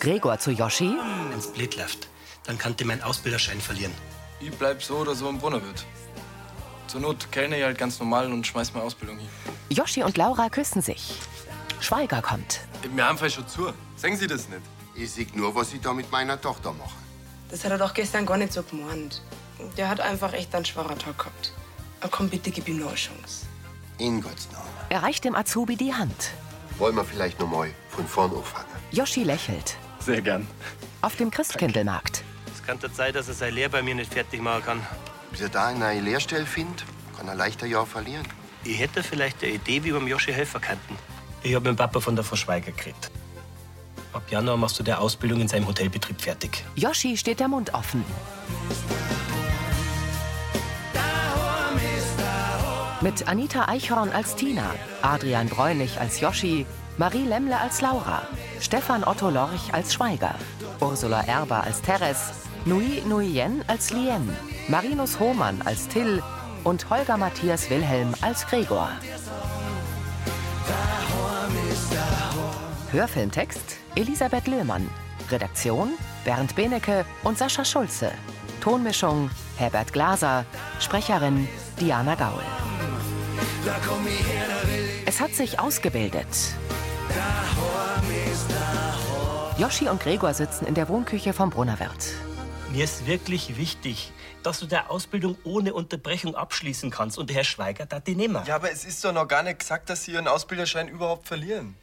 Gregor zu Joschi. Wenn's blöd läuft, dann kann ich meinen Ausbilderschein verlieren. Ich bleib so oder so im Brunnerwirt. Zur Not kellner ich halt ganz normal und schmeiß meine Ausbildung hin. Joschi und Laura küssen sich. Schweiger kommt. Mir haben Fall schon zu. Sehen Sie das nicht? Ich sehe nur, was ich da mit meiner Tochter mache. Das hat er doch gestern gar nicht so gemeint. Der hat einfach echt einen schwachen Tag gehabt. Aber komm, bitte gib ihm noch eine Chance. In Gottes Namen. Er reicht dem Azubi die Hand. Wollen wir vielleicht noch mal von vorn anfangen? Joschi lächelt. Sehr gern. Auf dem Christkindlmarkt. Es kann doch sein, dass er seine Lehre bei mir nicht fertig machen kann. Bis er da eine neue Lehrstelle findet, kann er leichter ja verlieren. Ich hätte vielleicht eine Idee, wie wir dem Joschi helfen könnten. Ich habe mit dem Papa von der Frau Schweiger geredet. Ab Januar machst du der Ausbildung in seinem Hotelbetrieb fertig. Joschi steht der Mund offen. Mit Anita Eichhorn als Tina, Adrian Bräunig als Joschi, Marie Lemmle als Laura, Stefan Otto Lorch als Schweiger, Ursula Erber als Teres, Nui Nuyen als Lien, Marinus Hohmann als Till und Holger Matthias Wilhelm als Gregor. Hörfilmtext Elisabeth Löhmann. Redaktion Bernd Benecke und Sascha Schulze. Tonmischung Herbert Glaser. Sprecherin Diana Gaul. Es hat sich ausgebildet. Joschi und Gregor sitzen in der Wohnküche vom Brunnerwirt. Mir ist wirklich wichtig, dass du deine Ausbildung ohne Unterbrechung abschließen kannst. Und der Herr Schweiger darf die nehmen. Ja, aber es ist doch noch gar nicht gesagt, dass Sie Ihren Ausbilderschein überhaupt verlieren.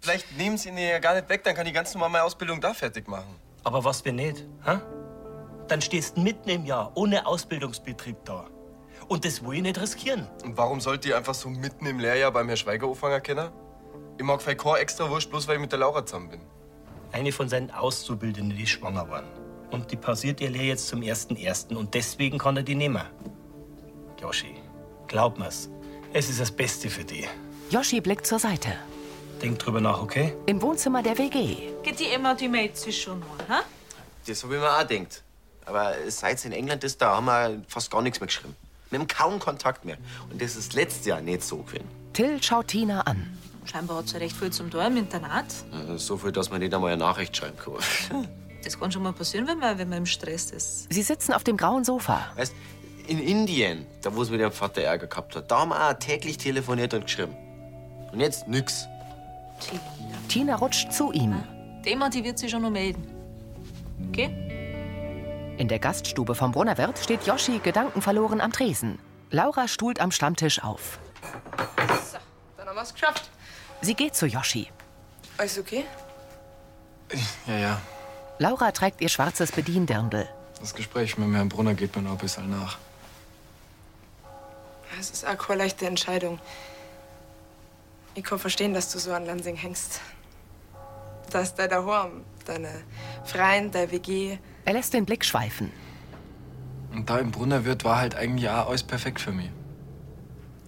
Vielleicht nehmen Sie ihn ja gar nicht weg, dann kann ich ganz normal meine Ausbildung da fertig machen. Aber was, wenn nicht? Hä? Dann stehst du mitten im Jahr ohne Ausbildungsbetrieb da. Und das will ich nicht riskieren. Und warum sollte ich einfach so mitten im Lehrjahr beim Herrn Schweiger anfangen können? Ich mag vielleicht keine extra Wurst, bloß weil ich mit der Laura zusammen bin. Eine von seinen Auszubildenden, die schwanger waren. Und die pausiert ihr Lehr jetzt zum 1.1. Und deswegen kann er die nehmen. Joschi, glaub mir's. Es ist das Beste für dich. Joschi blickt zur Seite. Denk drüber nach, okay? Im Wohnzimmer der WG. Geht die Emma die mir jetzt schon ha? Das hab ich mir auch gedacht. Aber seit in England ist, da haben wir fast gar nichts mehr geschrieben. Wir haben kaum Kontakt mehr. Und das ist letztes Jahr nicht so gewesen. Till schaut Tina an. Scheinbar hat sie recht viel zum Tor im Internat. Äh, So viel, dass man nicht einmal eine Nachricht schreiben kann. Das kann schon mal passieren, wenn man, wenn man im Stress ist. Sie sitzen auf dem grauen Sofa. Weißt, in Indien, da wo es mit ihrem Vater Ärger gehabt hat, da haben wir auch täglich telefoniert und geschrieben. Und jetzt nix. Die, Tina rutscht zu ihm. die Emma, die wird sich schon noch melden. Okay? In der Gaststube vom Brunnerwirt steht Joschi gedankenverloren am Tresen. Laura stuhlt am Stammtisch auf. Dann haben wir's geschafft. Sie geht zu Joschi. Alles okay? Ja, ja. Laura trägt ihr schwarzes Bediendirndl. Das Gespräch mit dem Herrn Brunner geht mir noch ein bisschen nach. Es ist auch keine leichte Entscheidung. Ich kann verstehen, dass du so an Lansing hängst. Dass dein Daheim, deine Freien, deine WG. Er lässt den Blick schweifen. Und da im Brunner wird, war halt eigentlich auch alles perfekt für mich.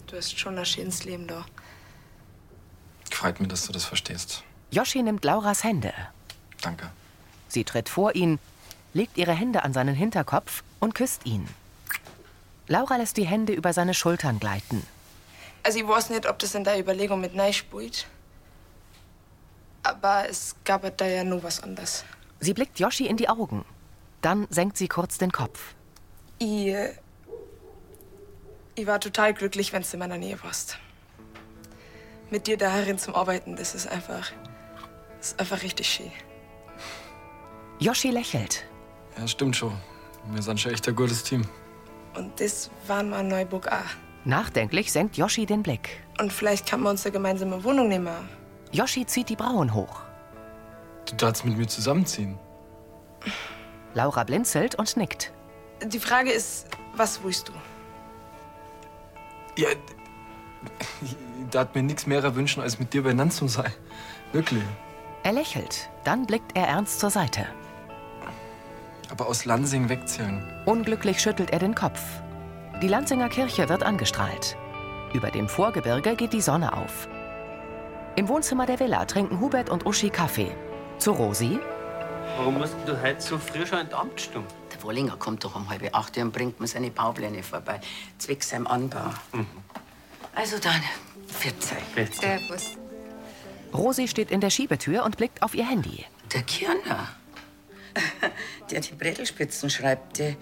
Du hast schon ein schönes Leben da. Freut mich, dass du das verstehst. Joschi nimmt Lauras Hände. Danke. Sie tritt vor ihn, legt ihre Hände an seinen Hinterkopf und küsst ihn. Laura lässt die Hände über seine Schultern gleiten. Also ich weiß nicht, ob das in der Überlegung mit Nein spielt. Aber es gab halt da ja nur was anderes. Sie blickt Joschi in die Augen. Dann senkt sie kurz den Kopf. Ich, äh, ich war total glücklich, wenn du in meiner Nähe warst. Mit dir da herin zum Arbeiten, das ist einfach, das ist einfach richtig schön. Joschi lächelt. Ja, stimmt schon. Wir sind schon echt ein gutes Team. Und das waren wir in Neuburg auch. Nachdenklich senkt Joschi den Blick. Und vielleicht kann man uns eine gemeinsame Wohnung nehmen. Joschi zieht die Brauen hoch. Du darfst mit mir zusammenziehen. Laura blinzelt und nickt. Die Frage ist, was willst du? Ja, ich darf mir nichts mehr wünschen, als mit dir beieinander zu sein. Wirklich. Er lächelt. Dann blickt er ernst zur Seite. Aber aus Lansing wegziehen. Unglücklich schüttelt er den Kopf. Die Lanzinger Kirche wird angestrahlt. Über dem Vorgebirge geht die Sonne auf. Im Wohnzimmer der Villa trinken Hubert und Uschi Kaffee. Zu Rosi, Warum musst du heute so früh schon ins Amt stimmen? Der Wollinger kommt doch um halb acht Uhr und bringt mir seine Baupläne vorbei. Zwecks seinem Anbau. Mhm. Also dann, 14. Rosi steht in der Schiebetür und blickt auf ihr Handy. Der Kirner, der die Bredelspitzen schreibt, der,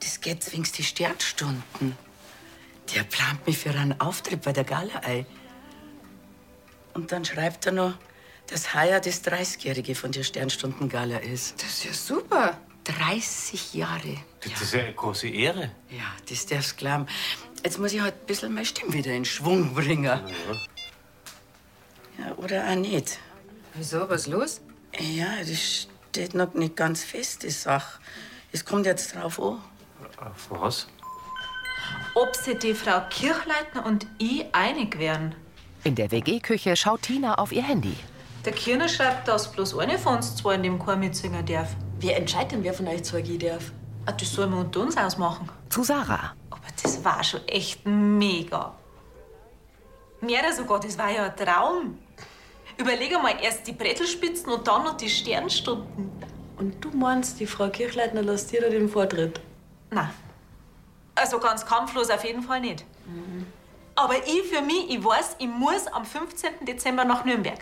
das geht zwings die Sternstunden. Der plant mich für einen Auftritt bei der Gala ein. Und dann schreibt er noch, dass heuer das 30-Jährige von der Sternstunden-Gala ist. Das ist ja super. 30 Jahre. Das ist ja eine große Ehre. Ja, das darfst du glauben. Jetzt muss ich halt ein bisschen meine Stimme wieder in Schwung bringen. Ja, oder auch nicht. Wieso, was los? Ja, das steht noch nicht ganz fest, die Sache. Es kommt jetzt drauf an. Auf was? Ob sie die Frau Kirchleitner und ich einig wären. In der WG-Küche schaut Tina auf ihr Handy. Der Kirner schreibt, dass bloß eine von uns zwei in dem Chor mitsingen darf. Wer entscheidet denn, wer von euch zwei gehen darf? Ah, Das sollen wir unter uns ausmachen. Zu Sarah. Aber das war schon echt mega. Mehrere sogar, das war ja ein Traum. Überleg mal, erst die Bretelspitzen und dann noch die Sternstunden. Und du meinst, die Frau Kirchleitner lässt dir da den Vortritt? Na, also ganz kampflos auf jeden Fall nicht. Mhm. Aber ich für mich, ich weiß, ich muss am 15. Dezember nach Nürnberg.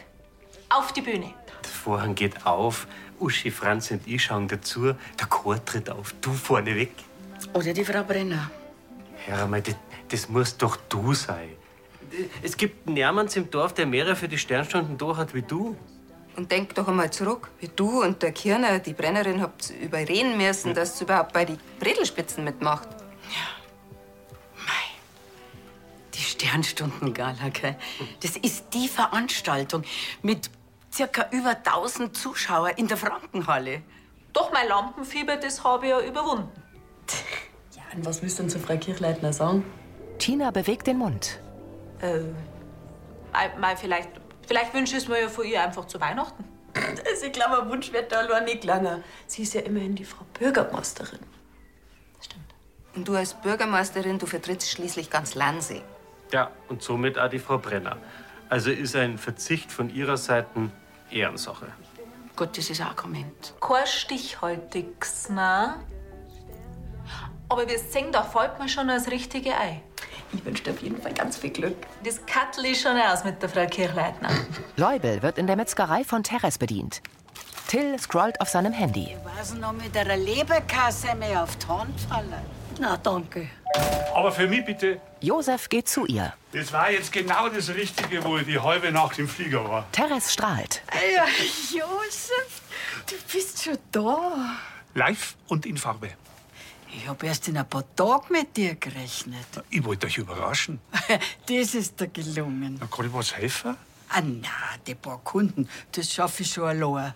Auf die Bühne. Der Vorhang geht auf. Uschi, Franz und ich schauen dazu. Der Chor tritt auf. Du vorne weg. Oder die Frau Brenner. Hör mal, das, das muss doch du sein. Es gibt niemanden im Dorf, der mehrere für die Sternstunden durch hat wie du. Und denk doch einmal zurück, wie du und der Kirner, die Brennerin, habt überreden müssen, dass sie überhaupt bei den Bredelspitzen mitmacht. Die Sternstunden-Gala, gell? Das ist die Veranstaltung mit circa über 1000 Zuschauern in der Frankenhalle. Doch mein Lampenfieber, das habe ich ja überwunden. Ja, und was willst du denn zu Frau Kirchleitner sagen? Tina bewegt den Mund. Äh, mei, mei, vielleicht, vielleicht wünsche ich es mir ja von ihr einfach zu Weihnachten. Das ich glaube, ein Wunsch wird da allein nicht langer. Sie ist ja immerhin die Frau Bürgermeisterin. Und du als Bürgermeisterin, du vertrittst schließlich ganz Lansing. Ja, und somit auch die Frau Brenner. Also ist ein Verzicht von ihrer Seite Ehrensache. Gut, das ist ein Argument. Kein stichhaltiges, ne? Aber wir sehen, da fällt mir schon das richtige Ei. Ich wünsche dir auf jeden Fall ganz viel Glück. Das kattle ich schon aus mit der Frau Kirchleitner. Leubel wird in der Metzgerei von Teres bedient. Till scrollt auf seinem Handy. Was noch mit einer Leberkasse mir auf die Hand fallen? Na, danke. Aber für mich bitte, Josef geht zu ihr. das war jetzt genau das Richtige, wo ich die halbe Nacht im Flieger war. Teres strahlt. Ja, Josef, du bist schon da. Live und in Farbe. Ich hab erst in ein paar Tagen mit dir gerechnet. Ich wollte euch überraschen. Das ist dir gelungen. Da kann ich was helfen? Ah, na, die paar Kunden, das schaffe ich schon allein.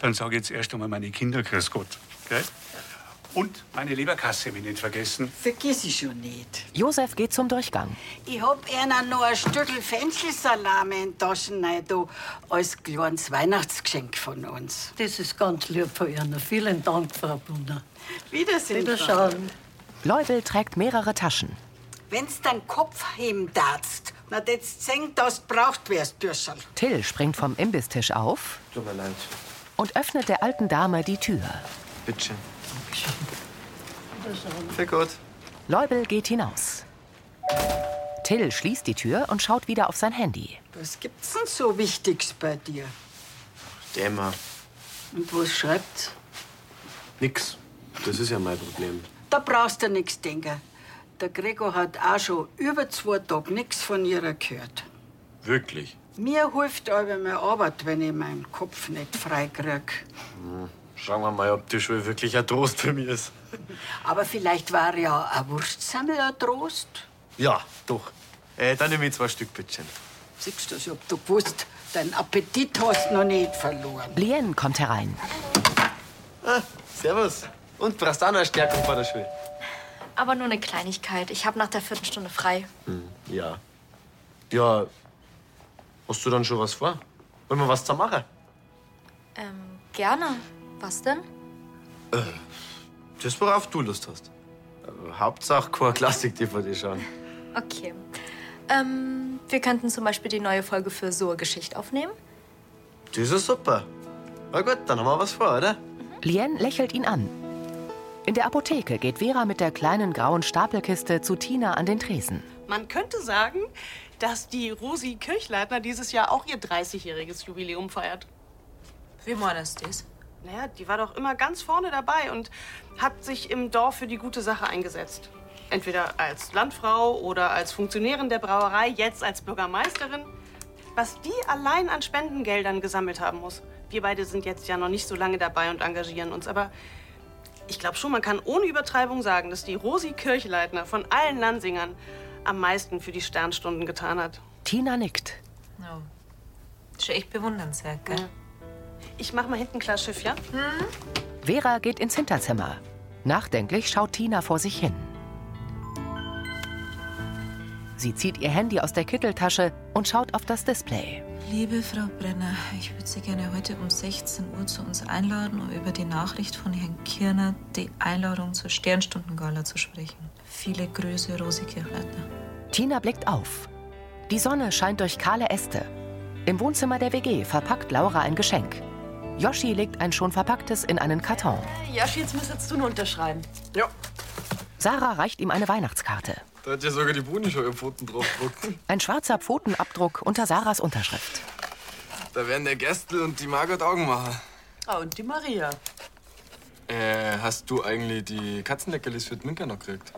Dann sage ich jetzt erst einmal meine Kinder Grüß Gott. Gell? Und meine Leberkasse, wenn nicht vergessen. Vergiss ich schon nicht. Josef geht zum Durchgang. Ich hab ihnen noch ein Stück Fenchelsalami in die Taschen rein, da, als kleines Weihnachtsgeschenk von uns. Das ist ganz lieb von Ihnen. Vielen Dank, Frau Brunner. Wiedersehen. Wiederschauen. Leubel trägt mehrere Taschen. Wenn's deinen Kopf heben darfst, na, jetzt sehen, dass du braucht wärst, Bürschel. Till springt vom Imbisstisch auf Tut mir leid. und öffnet der alten Dame die Tür. Bitte. Viel gut. Leubel geht hinaus. Till schließt die Tür und schaut wieder auf sein Handy. Was gibt's denn so Wichtiges bei dir? Dämmer. Und was schreibt? Nix. Das ist ja mein Problem. Da brauchst du nichts denken. Der Gregor hat auch schon über zwei Tage nichts von ihrer gehört. Wirklich? Mir hilft aber meine Arbeit, wenn ich meinen Kopf nicht frei krieg. Hm, Schauen wir mal, ob die Schule wirklich ein Trost für mich ist. Aber vielleicht war ja ein Wurstsemmel ein Trost. Ja, doch. Äh, dann nehme ich zwei Stück, bitte. Siehst du, als ob du gewusst, deinen Appetit hast noch nicht verloren. Lien kommt herein. Ah, servus. Und brauchst auch noch eine Stärkung bei der Schule? Aber nur eine Kleinigkeit. Ich habe nach der vierten Stunde frei. Hm, Ja. Ja, hast du dann schon was vor? Wollen wir was zu machen? Ähm, gerne. Was denn? Äh, Das, worauf du Lust hast. Äh, Hauptsache kein Klassik-DVD schauen. Okay. Ähm, wir könnten zum Beispiel die neue Folge für Sur Geschichte aufnehmen. Das ist super. Na gut, dann haben wir was vor, oder? Lien lächelt ihn an. In der Apotheke geht Vera mit der kleinen grauen Stapelkiste zu Tina an den Tresen. Man könnte sagen, dass die Rosi Kirchleitner dieses Jahr auch ihr 30-jähriges Jubiläum feiert. Wie meinst du das? Naja, die war doch immer ganz vorne dabei und hat sich im Dorf für die gute Sache eingesetzt. Entweder als Landfrau oder als Funktionärin der Brauerei, jetzt als Bürgermeisterin. Was die allein an Spendengeldern gesammelt haben muss. Wir beide sind jetzt ja noch nicht so lange dabei und engagieren uns, aber ich glaube schon, man kann ohne Übertreibung sagen, dass die Rosi Kirchleitner von allen Lansingern am meisten für die Sternstunden getan hat. Tina nickt. Ja. Ist schon echt bewundernswert, gell? Hm? Ich mach mal hinten klar Schiff, ja? Vera geht ins Hinterzimmer. Nachdenklich schaut Tina vor sich hin. Sie zieht ihr Handy aus der Kitteltasche und schaut auf das Display. Liebe Frau Brenner, ich würde Sie gerne heute um 16 Uhr zu uns einladen, um über die Nachricht von Herrn Kirner, die Einladung zur Sternstundengala zu sprechen. Viele Grüße, Rosi Kirchleitner. Tina blickt auf. Die Sonne scheint durch kahle Äste. Im Wohnzimmer der WG verpackt Laura ein Geschenk. Yoshi legt ein schon verpacktes in einen Karton. Josch, jetzt müsstest du nur unterschreiben. Ja. Sarah reicht ihm eine Weihnachtskarte. Da hat ja sogar die Boni schon ihr Pfoten drauf gedruckt. Ein schwarzer Pfotenabdruck unter Sarahs Unterschrift. Da wären der Gerstl und die Margot Augenmacher. Ah, und die Maria. Äh, hast du eigentlich die Katzenleckerlis für den Minker noch gekriegt?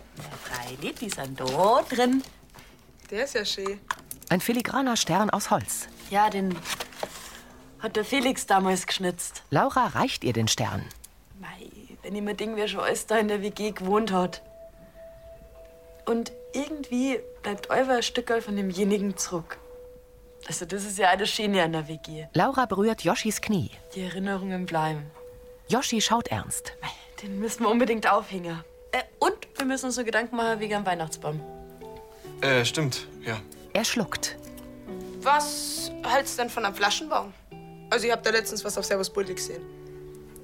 Freilich, die sind da drin. Der ist ja schön. Ein filigraner Stern aus Holz. Ja, den hat der Felix damals geschnitzt. Laura reicht ihr den Stern. Mei, wenn ich mir denke, wer schon alles da in der WG gewohnt hat. Und irgendwie bleibt euer Stückerl von demjenigen zurück. Also, das ist ja alles Schöne an der WG. Laura berührt Yoshis Knie. Die Erinnerungen bleiben. Yoshi schaut ernst. Den müssen wir unbedingt aufhängen. Äh, und wir müssen uns so Gedanken machen wegen dem Weihnachtsbaum. Äh, stimmt, ja. Er schluckt. Was hältst du denn von einem Flaschenbaum? Also, ich hab da letztens was auf Servus Bulli gesehen.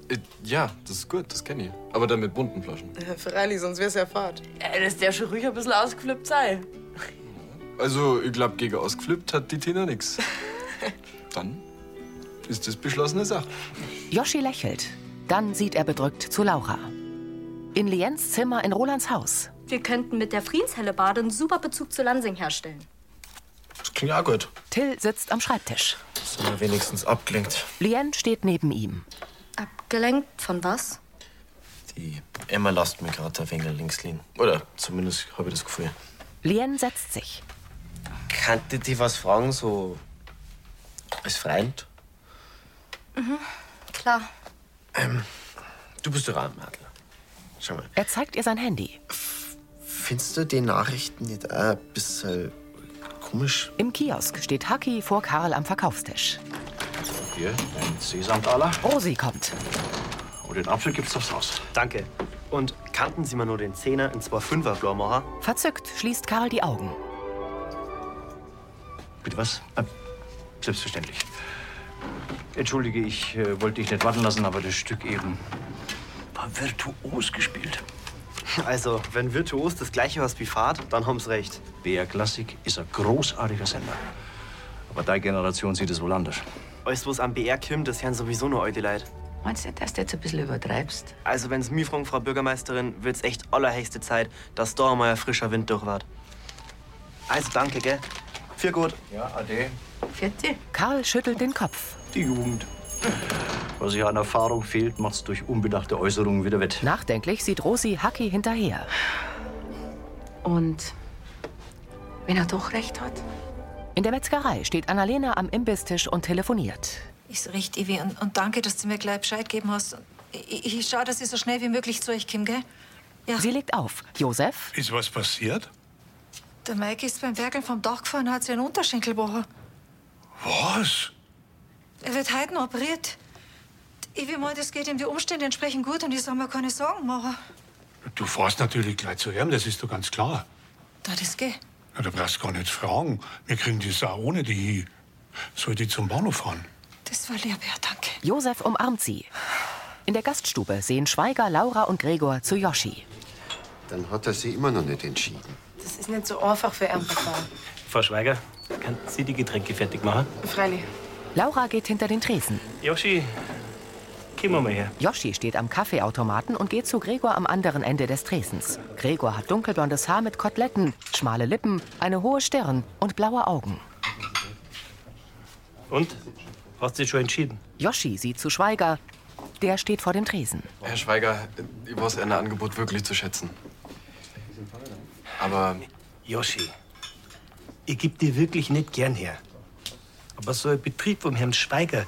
Äh, ja, das ist gut, das kenne ich. Aber dann mit bunten Flaschen. Freilich, sonst wär's ja fad. Äh, das ist ja schon ruhig ein bisschen ausgeflippt sein. Also, ich glaube, gegen ausgeflippt hat die Tina nix. Dann ist das beschlossene Sache. Yoshi lächelt. Dann sieht er bedrückt zu Laura. In Liens Zimmer in Rolands Haus. Wir könnten mit der Friedenshelle Bade einen super Bezug zu Lansing herstellen. Das klingt auch gut. Till sitzt am Schreibtisch. Sind wir wenigstens abgelenkt. Lien steht neben ihm. Abgelenkt von was? Emma lasst mir gerade der Finger links liegen. Oder zumindest habe ich das Gefühl. Lien setzt sich. Kannte die was fragen, so als Freund? Mhm, klar. Ähm, du bist doch auch ein Madler. Schau mal, Er zeigt ihr sein Handy. findest du die Nachrichten nicht auch ein bisschen komisch? Im Kiosk steht Haki vor Karl am Verkaufstisch. Hier, ein Sesamtaler. Rosi kommt. Und Oh, den Apfel gibt's aufs Haus. Danke. Und kannten Sie mal nur den Zehner in zwei Fünfer, Blaumacher? Verzückt schließt Karl die Augen. Bitte was? Ah, selbstverständlich. Entschuldige, ich äh, wollte dich nicht warten lassen, aber das Stück eben war virtuos gespielt. Also, wenn virtuos das gleiche was wie Fahrt, dann haben's recht. BR Klassik ist ein großartiger Sender. Aber deine Generation sieht es wohl anders. Alles, was am BR kommt, das sind sowieso nur alte Leute. Meinst du nicht, dass du jetzt ein bisschen übertreibst? Also, wenn's mir fragen, Frau Bürgermeisterin, wird's echt allerhöchste Zeit, dass da mal ein frischer Wind durch wird. Also, danke, gell? Viel gut. Ja, ade. Vierte. Karl schüttelt den Kopf. Die Jugend. Was ihr an Erfahrung fehlt, macht's durch unbedachte Äußerungen wieder wett. Nachdenklich sieht Rosi Haki hinterher. Und wenn er doch recht hat? In der Metzgerei steht Annalena am Imbisstisch und telefoniert. Ist recht, Ivi. Und, und danke, dass du mir gleich Bescheid gegeben hast. Ich, ich, ich schaue, dass ich so schnell wie möglich zu euch komme, gell? Sie legt auf. Josef? Ist was passiert? Der Mike ist beim Werkeln vom Dach gefallen und hat sich einen Unterschenkel gebrochen. Was? Er wird heute noch operiert. Ivi meint, es geht ihm die Umstände entsprechend gut und ich soll mir keine Sorgen machen. Du fährst natürlich gleich zu ihm, das ist doch ganz klar. Da, das geht. Na, du brauchst gar nicht fragen. Wir kriegen die Sau ohne die hin. Soll die zum Bahnhof fahren? Das war Leerbär, danke. Josef umarmt sie. In der Gaststube sehen Schweiger, Laura und Gregor zu Yoshi. Dann hat er sie immer noch nicht entschieden. Das ist nicht so einfach für einen Papa. Frau Schweiger, kann Sie die Getränke fertig machen? Freilich. Laura geht hinter den Tresen. Yoshi, komm mal her. Yoshi steht am Kaffeeautomaten und geht zu Gregor am anderen Ende des Tresens. Gregor hat dunkelblondes Haar mit Koteletten, schmale Lippen, eine hohe Stirn und blaue Augen. Und? Hast du dich schon entschieden? Yoshi sieht zu Schweiger. Der steht vor dem Tresen. Herr Schweiger, ich weiß Ihr Angebot wirklich zu schätzen. Aber Yoshi, ich geb dir wirklich nicht gern her. Aber so ein Betrieb vom Herrn Schweiger,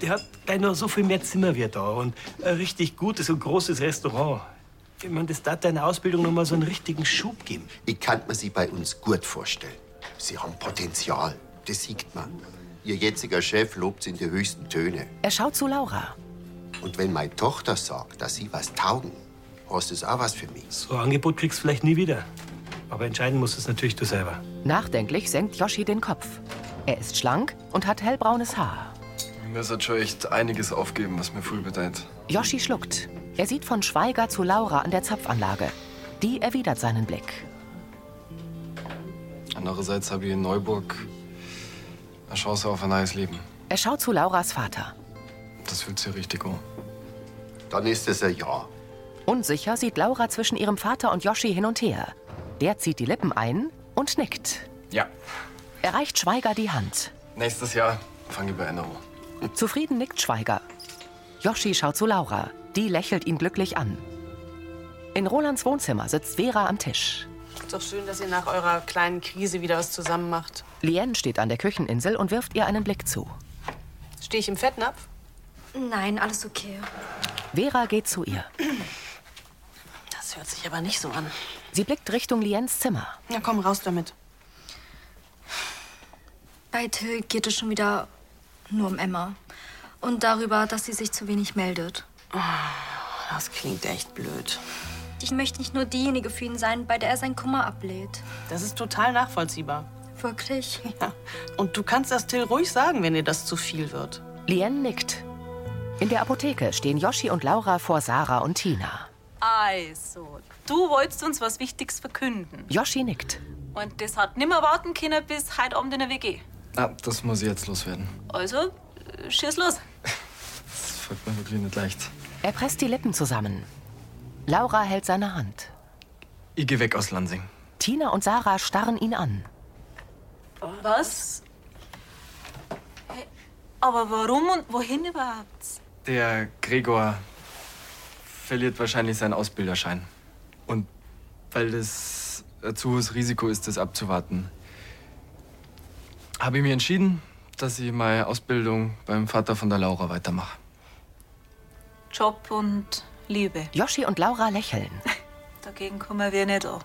der hat gleich noch so viel mehr Zimmer wie da und ein richtig gutes und großes Restaurant. Ich meine, das darf deiner Ausbildung noch mal so einen richtigen Schub geben. Ich kann mir sie bei uns gut vorstellen. Sie haben Potenzial. Das sieht man. Ihr jetziger Chef lobt sie in die höchsten Töne. Er schaut zu Laura. Und wenn meine Tochter sagt, dass sie was taugen, hast das auch was für mich. So ein Angebot kriegst du vielleicht nie wieder. Aber entscheiden musst du es natürlich du selber. Nachdenklich senkt Yoshi den Kopf. Er ist schlank und hat hellbraunes Haar. mir sollte schon echt einiges aufgeben, was mir früh bedeutet. Yoshi schluckt. Er sieht von Schweiger zu Laura an der Zapfanlage. Die erwidert seinen Blick. Andererseits habe ich in Neuburg eine Chance auf ein neues Leben. Er schaut zu Lauras Vater. Das fühlt sich richtig an. Dann ist es ein Ja. Unsicher sieht Laura zwischen ihrem Vater und Yoshi hin und her. Der zieht die Lippen ein und nickt. Ja. Er reicht Schweiger die Hand. Nächstes Jahr fange ich bei einer an. Zufrieden nickt Schweiger. Yoshi schaut zu Laura. Die lächelt ihn glücklich an. In Rolands Wohnzimmer sitzt Vera am Tisch. Ist doch schön, dass ihr nach eurer kleinen Krise wieder was zusammen macht. Lien steht an der Kücheninsel und wirft ihr einen Blick zu. Stehe ich im Fettnapf? Nein, alles okay. Vera geht zu ihr. Das hört sich aber nicht so an. Sie blickt Richtung Liens Zimmer. Na komm, raus damit. Bei Till geht es schon wieder nur um Emma. Und darüber, dass sie sich zu wenig meldet. Ah, Das klingt echt blöd. Ich möchte nicht nur diejenige für ihn sein, bei der er seinen Kummer ablehnt. Das ist total nachvollziehbar. Wirklich? Ja. Und du kannst das Till ruhig sagen, wenn dir das zu viel wird. Lien nickt. In der Apotheke stehen Yoshi und Laura vor Sarah und Tina. Also, du wolltest uns was Wichtiges verkünden. Yoshi nickt. Und das hat nimmer warten können bis heute Abend in der WG. Ah, das muss ich jetzt loswerden. Also, äh, schieß los. Das fällt mir wirklich nicht leicht. Er presst die Lippen zusammen. Laura hält seine Hand. Ich gehe weg aus Lansing. Tina und Sarah starren ihn an. Was? Hä, Aber warum und wohin überhaupt? Der Gregor verliert wahrscheinlich seinen Ausbilderschein. Und weil das ein zu hohes Risiko ist, das abzuwarten, habe ich mir entschieden, dass ich meine Ausbildung beim Vater von der Laura weitermache. Job und Liebe. Yoshi und Laura lächeln. Dagegen kommen wir nicht an.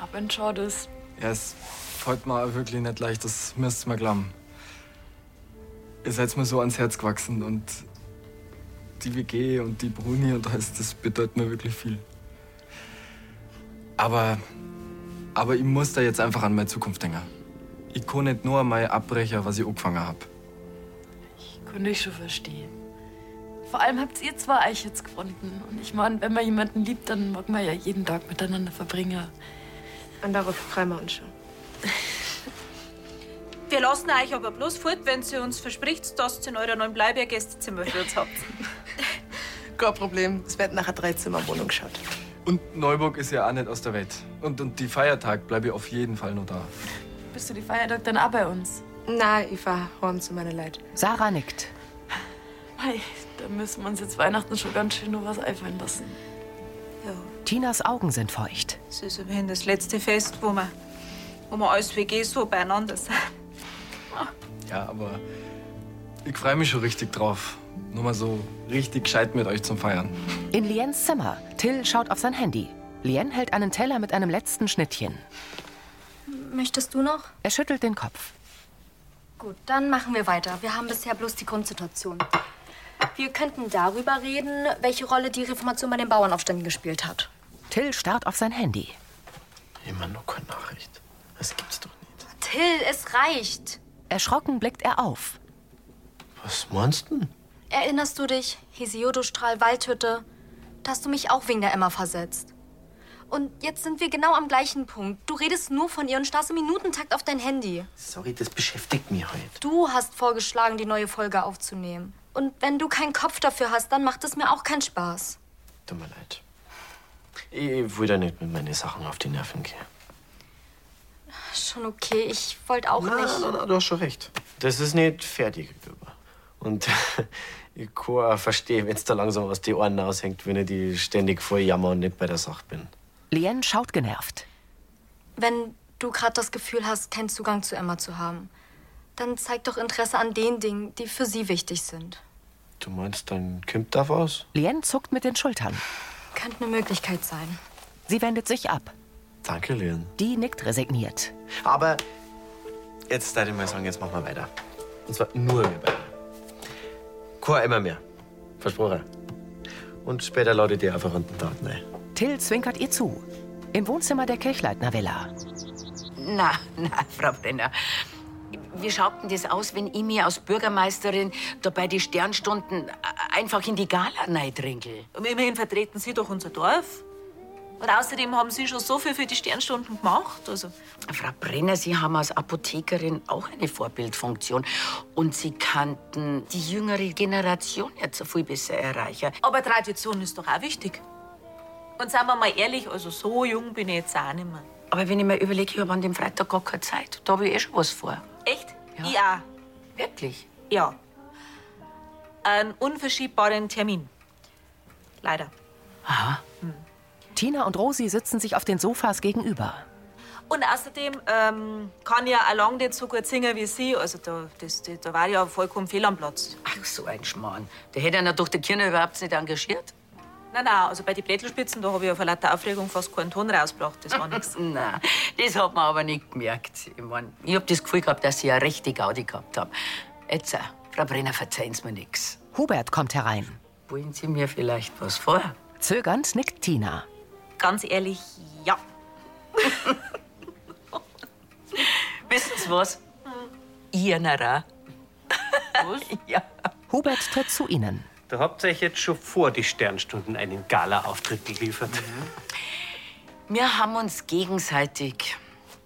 Aber ein Schades. Ja, es folgt mir auch wirklich nicht leicht, das müsst ihr mir glauben. Ihr seid mir so ans Herz gewachsen und die WG und die Bruni und alles, das bedeutet mir wirklich viel. Aber, aber ich muss da jetzt einfach an meine Zukunft denken. Ich kann nicht nur an meine Abbrecher, was ich angefangen habe. Konnte ich schon verstehen. Vor allem habt ihr zwei euch jetzt gefunden. Und ich meine, wenn man jemanden liebt, dann mag man ja jeden Tag miteinander verbringen. Und darauf freuen wir uns schon. Wir lassen euch aber bloß fort, wenn ihr uns verspricht, dass ihr in eurer neuen Bleibe ein Gästezimmer für uns habt. Kein Problem. Es wird nachher drei Zimmer Wohnung geschaut. Und Neuburg ist ja auch nicht aus der Welt. Und, und die Feiertag bleibe ich auf jeden Fall noch da. Bist du die Feiertag dann auch bei uns? Na, ich fahr heim zu meiner Leid. Sarah nickt. Mei, da müssen wir uns jetzt Weihnachten schon ganz schön noch was einfallen lassen. Tinas Augen sind feucht. Es ist immerhin das letzte Fest, wo wir, wo wir als WG so beieinander sind. Ja, aber ich freue mich schon richtig drauf. Nur mal so richtig gescheit mit euch zum Feiern. In Liens Zimmer. Till schaut auf sein Handy. Lien hält einen Teller mit einem letzten Schnittchen. Möchtest du noch? Er schüttelt den Kopf. Gut, dann machen wir weiter. Wir haben bisher bloß die Grundsituation. Wir könnten darüber reden, welche Rolle die Reformation bei den Bauernaufständen gespielt hat. Till starrt auf sein Handy. Immer noch keine Nachricht. Das gibt's doch nicht. Till, es reicht. Erschrocken blickt er auf. Was meinst du? Erinnerst du dich, Hesiodostrahl Waldhütte? Da hast du mich auch wegen der Emma versetzt. Und jetzt sind wir genau am gleichen Punkt. Du redest nur von ihr und starrst im Minutentakt auf dein Handy. Sorry, das beschäftigt mich heute. Du hast vorgeschlagen, die neue Folge aufzunehmen. Und wenn du keinen Kopf dafür hast, dann macht es mir auch keinen Spaß. Tut mir leid. Ich will da nicht mit meinen Sachen auf die Nerven gehen. Schon okay, ich wollte auch nicht. du hast schon recht. Das ist nicht fertig, Rüber. Und ich kann auch verstehen, wenn es da langsam aus den Ohren raushängt, wenn ich die ständig voll jammer und nicht bei der Sache bin. Lien schaut genervt. Wenn du gerade das Gefühl hast, keinen Zugang zu Emma zu haben, dann zeig doch Interesse an den Dingen, die für sie wichtig sind. Du meinst, dann kommt da was? Lien zuckt mit den Schultern. Könnte eine Möglichkeit sein. Sie wendet sich ab. Danke, Lien. Die nickt resigniert. Aber jetzt darf ich mal sagen, jetzt machen wir weiter. Und zwar nur wir beide. Kein immer mehr. Versprochen. Und später lade ich dir einfach einen Tag rein. Till zwinkert ihr zu. Im Wohnzimmer der Kirchleitner Villa. Na, na, Frau Brenner. Wie schaut denn das aus, wenn ich mir als Bürgermeisterin dabei die Sternstunden einfach in die Gala neidringel? Aber immerhin vertreten Sie doch unser Dorf. Und außerdem haben Sie schon so viel für die Sternstunden gemacht. Also, Frau Brenner, Sie haben als Apothekerin auch eine Vorbildfunktion. Und Sie kannten die jüngere Generation ja so viel besser erreichen. aber Tradition ist doch auch wichtig. Und sagen wir mal ehrlich, also so jung bin ich jetzt auch nicht mehr. Aber wenn ich mir überlege, ich habe an dem Freitag gar keine Zeit. Da habe ich eh schon was vor. Echt? Ja. Wirklich? Ja. Einen unverschiebbaren Termin. Leider. Tina und Rosi sitzen sich auf den Sofas gegenüber. Und außerdem ähm, kann ja Along nicht so gut singen wie Sie. Also da, das, da- da war ja vollkommen fehl am Platz. Ach, so ein Schmarrn. Der hätte ja durch die Kirche überhaupt nicht engagiert. Nein, nein, also bei den Blättelspitzen, da habe ich ja vor lauter Aufregung fast keinen Ton rausgebracht. Das war nichts. Nein, das hat man aber nicht gemerkt. Ich, mein, ich habe das Gefühl gehabt, dass ich eine rechte Gaudi gehabt habe. Jetzt, äh, Frau Brenner, verzeihen Sie mir nichts. Hubert kommt herein. Wollen Sie mir vielleicht was vor? Zögernd nickt Tina. Ganz ehrlich, ja. Wissen Sie was? Ianara. Was? ja. Hubert tritt zu ihnen. Da habt ihr euch jetzt schon vor die Sternstunden einen Gala-Auftritt geliefert. Wir haben uns gegenseitig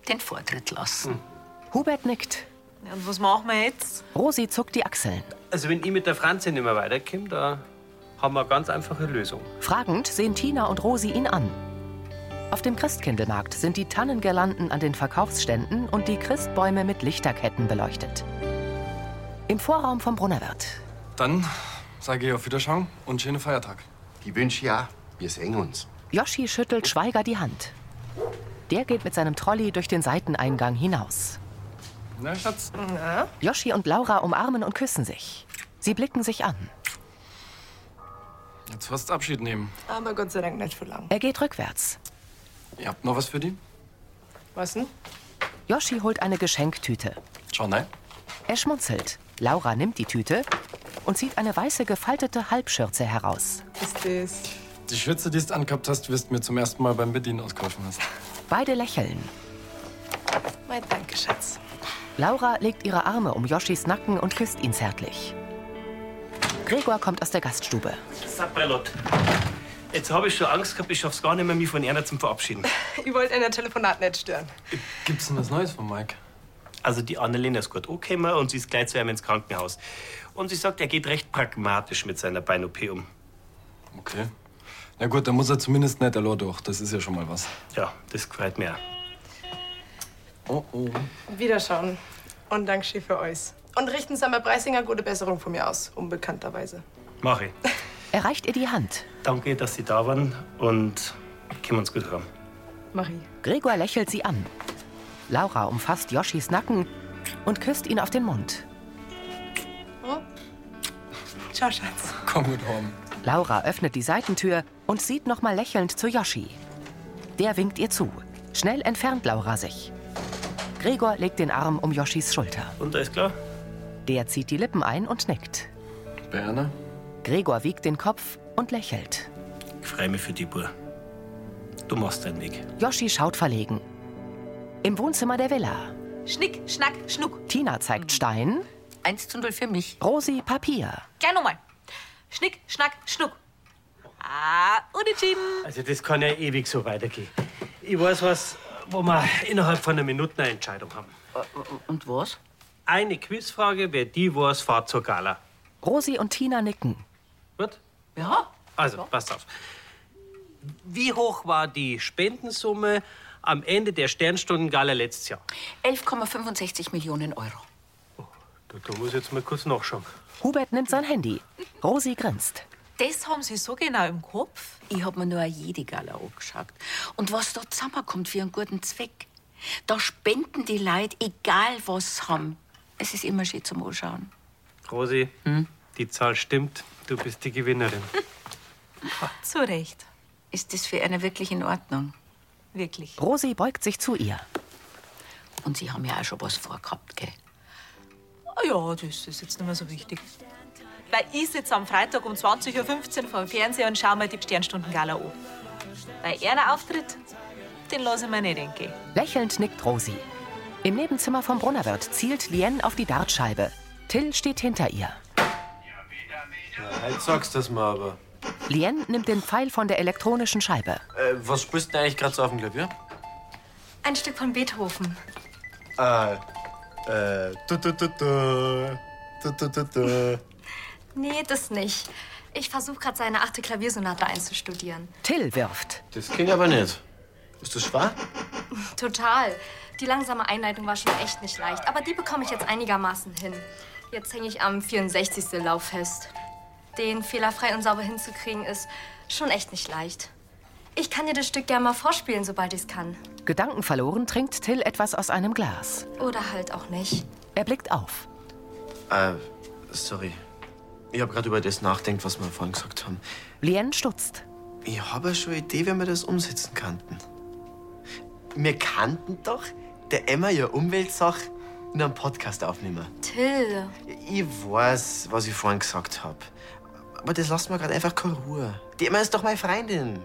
den Vortritt lassen. Hm. Hubert nickt. Und was machen wir jetzt? Rosi zuckt die Achseln. Also, wenn ich mit der Franzi nicht mehr weiterkomme, da haben wir eine ganz einfache Lösung. Fragend sehen Tina und Rosi ihn an. Auf dem Christkindlmarkt sind die Tannengirlanden an den Verkaufsständen und die Christbäume mit Lichterketten beleuchtet. Im Vorraum vom Brunnerwirt. Dann sage ich auf Wiederschauen und schönen Feiertag. Die wünsche ja. Wir sehen uns. Yoshi schüttelt Schweiger die Hand. Der geht mit seinem Trolley durch den Seiteneingang hinaus. Na, Schatz. Yoshi und Laura umarmen und küssen sich. Sie blicken sich an. Jetzt fast Abschied nehmen. Aber Ah, Gott sei Dank nicht für lang. Er geht rückwärts. Ihr habt noch was für die? Was denn? Yoshi holt eine Geschenktüte. Schau nein. Er schmunzelt. Laura nimmt die Tüte und zieht eine weiße gefaltete Halbschürze heraus. Ist das? Die Schürze, die du angehabt hast, wirst du mir zum ersten Mal beim Bedienen ausgeholfen hast. Beide lächeln. Mein Danke, Schatz. Laura legt ihre Arme um Yoshis Nacken und küsst ihn zärtlich. Gregor kommt aus der Gaststube. Sapperlot. Jetzt habe ich schon Angst gehabt, ich schaff's gar nicht mehr, mich von einer zum Verabschieden. Ich wollte einer Telefonat nicht stören. Gibt's denn was Neues von Mike? Also die Annelena ist gut angekommen und sie ist gleich zu ihm ins Krankenhaus. Und sie sagt, er geht recht pragmatisch mit seiner Bein-OP um. Okay. Na gut, dann muss er zumindest nicht allein durch. Das ist ja schon mal was. Ja, das gefällt mir. Oh, oh. Wiederschauen. Und Dankeschön für euch. Und richten Sie einmal Preisinger gute Besserung von mir aus. Unbekannterweise. Mach ich. Er reicht ihr die Hand. Danke, dass Sie da waren und können uns gut hören. Marie. Gregor lächelt sie an. Laura umfasst Yoshis Nacken und küsst ihn auf den Mund. Hm? Ciao, Schatz. Komm gut home. Laura öffnet die Seitentür und sieht nochmal lächelnd zu Yoshi. Der winkt ihr zu. Schnell entfernt Laura sich. Gregor legt den Arm um Yoshis Schulter. Und alles klar? Der zieht die Lippen ein und nickt. Berner? Gregor wiegt den Kopf und lächelt. Ich freue mich für die Bur. Du machst deinen Weg. Yoshi schaut verlegen. Im Wohnzimmer der Villa. Schnick, schnack, schnuck. Tina zeigt Stein. 1 zu 0 für mich. Rosi Papier. Gleich nochmal. Schnick, schnack, schnuck. Ah, unentschieden. Also, das kann ja ewig so weitergehen. Ich weiß was, wo wir innerhalb von einer Minute eine Entscheidung haben. Äh, Und was? Eine Quizfrage, wer die weiß, fahrt zur Gala. Rosi und Tina nicken. Gut? Ja. Also, passt auf. Wie hoch war die Spendensumme am Ende der Sternstundengala letztes Jahr? 11,65 Millionen Euro. Da, da muss ich jetzt mal kurz nachschauen. Hubert nimmt sein Handy. Rosi grinst. Das haben Sie so genau im Kopf? Ich hab mir nur eine jede Gala angeschaut. Und was da zusammenkommt für einen guten Zweck. Da spenden die Leute, egal was sie haben. Es ist immer schön zum Anschauen. Rosi, Hm? die Zahl stimmt. Du bist die Gewinnerin. Zu Recht. Ist das für eine wirklich in Ordnung? Wirklich. Rosi beugt sich zu ihr. Und Sie haben ja auch schon was vorgehabt, gell? Ah Ja, das ist jetzt nicht mehr so wichtig. Weil ich sitze am Freitag um 20.15 Uhr vor dem Fernseher und schaue mir die Sternstunden-Gala an. Weil er auftritt, den lasse ich mir nicht entgehen. Lächelnd nickt Rosi. Im Nebenzimmer vom Brunnerwirt zielt Lien auf die Dartscheibe. Till steht hinter ihr. Jetzt sagst du das mal aber. Lien nimmt den Pfeil von der elektronischen Scheibe. Äh, was spielst du denn eigentlich gerade so auf dem Klavier? Ein Stück von Beethoven. Äh, äh, du, du, du, du, du, du, du, du. Nee, das nicht. Ich versuche gerade seine achte Klaviersonate einzustudieren. Till wirft. Das ging aber nicht. Ist das schwer? Total. Die langsame Einleitung war schon echt nicht leicht, aber die bekomme ich jetzt einigermaßen hin. Jetzt hänge ich am 64. Lauf fest. Den fehlerfrei und sauber hinzukriegen ist schon echt nicht leicht. Ich kann dir das Stück gerne mal vorspielen, sobald ich es kann. Gedankenverloren trinkt Till etwas aus einem Glas. Oder halt auch nicht. Er blickt auf. Äh, sorry. Ich habe gerade über das nachdenkt, was wir vorhin gesagt haben. Lien stutzt. Ich habe ja schon eine Idee, wenn wir das umsetzen könnten. Wir kannten doch der Emma ja Umweltsache in einem Podcast aufnehmen. Till, Ich weiß, was ich vorhin gesagt habe. Aber das lasst mir gerade einfach keine Ruhe. Die Emma ist doch meine Freundin.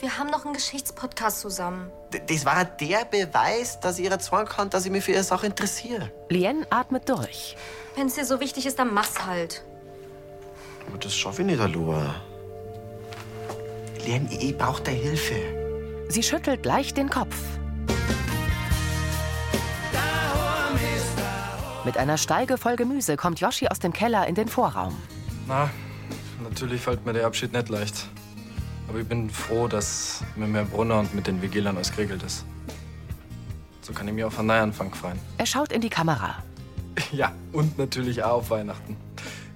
wir haben noch einen Geschichtspodcast zusammen. D- Das war der Beweis, dass ich ihrer zwang kann, dass ich mich für ihre Sache interessiere. Lien atmet durch. Wenn es dir so wichtig ist, dann mach's halt. Aber das schaffe ich nicht, Aloha. Lien, ich, ich brauche deine Hilfe. Sie schüttelt leicht den Kopf. Mit einer Steige voll Gemüse kommt Yoshi aus dem Keller in den Vorraum. Na, natürlich fällt mir der Abschied nicht leicht. Aber ich bin froh, dass mit mir Brunner und mit den WGlern alles geregelt ist. So kann ich mir auf einen Neuanfang freuen. Er schaut in die Kamera. Ja, und natürlich auch auf Weihnachten.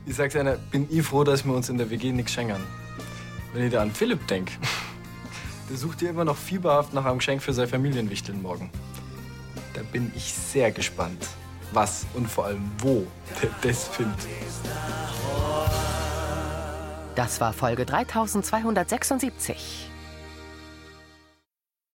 Ich sag's einer, bin ich froh, dass wir uns in der WG nichts schenken. Wenn ich da an Philipp denk, der sucht ja immer noch fieberhaft nach einem Geschenk für seine Familienwichteln morgen. Da bin ich sehr gespannt, was und vor allem wo der das findet. Das war Folge 3276.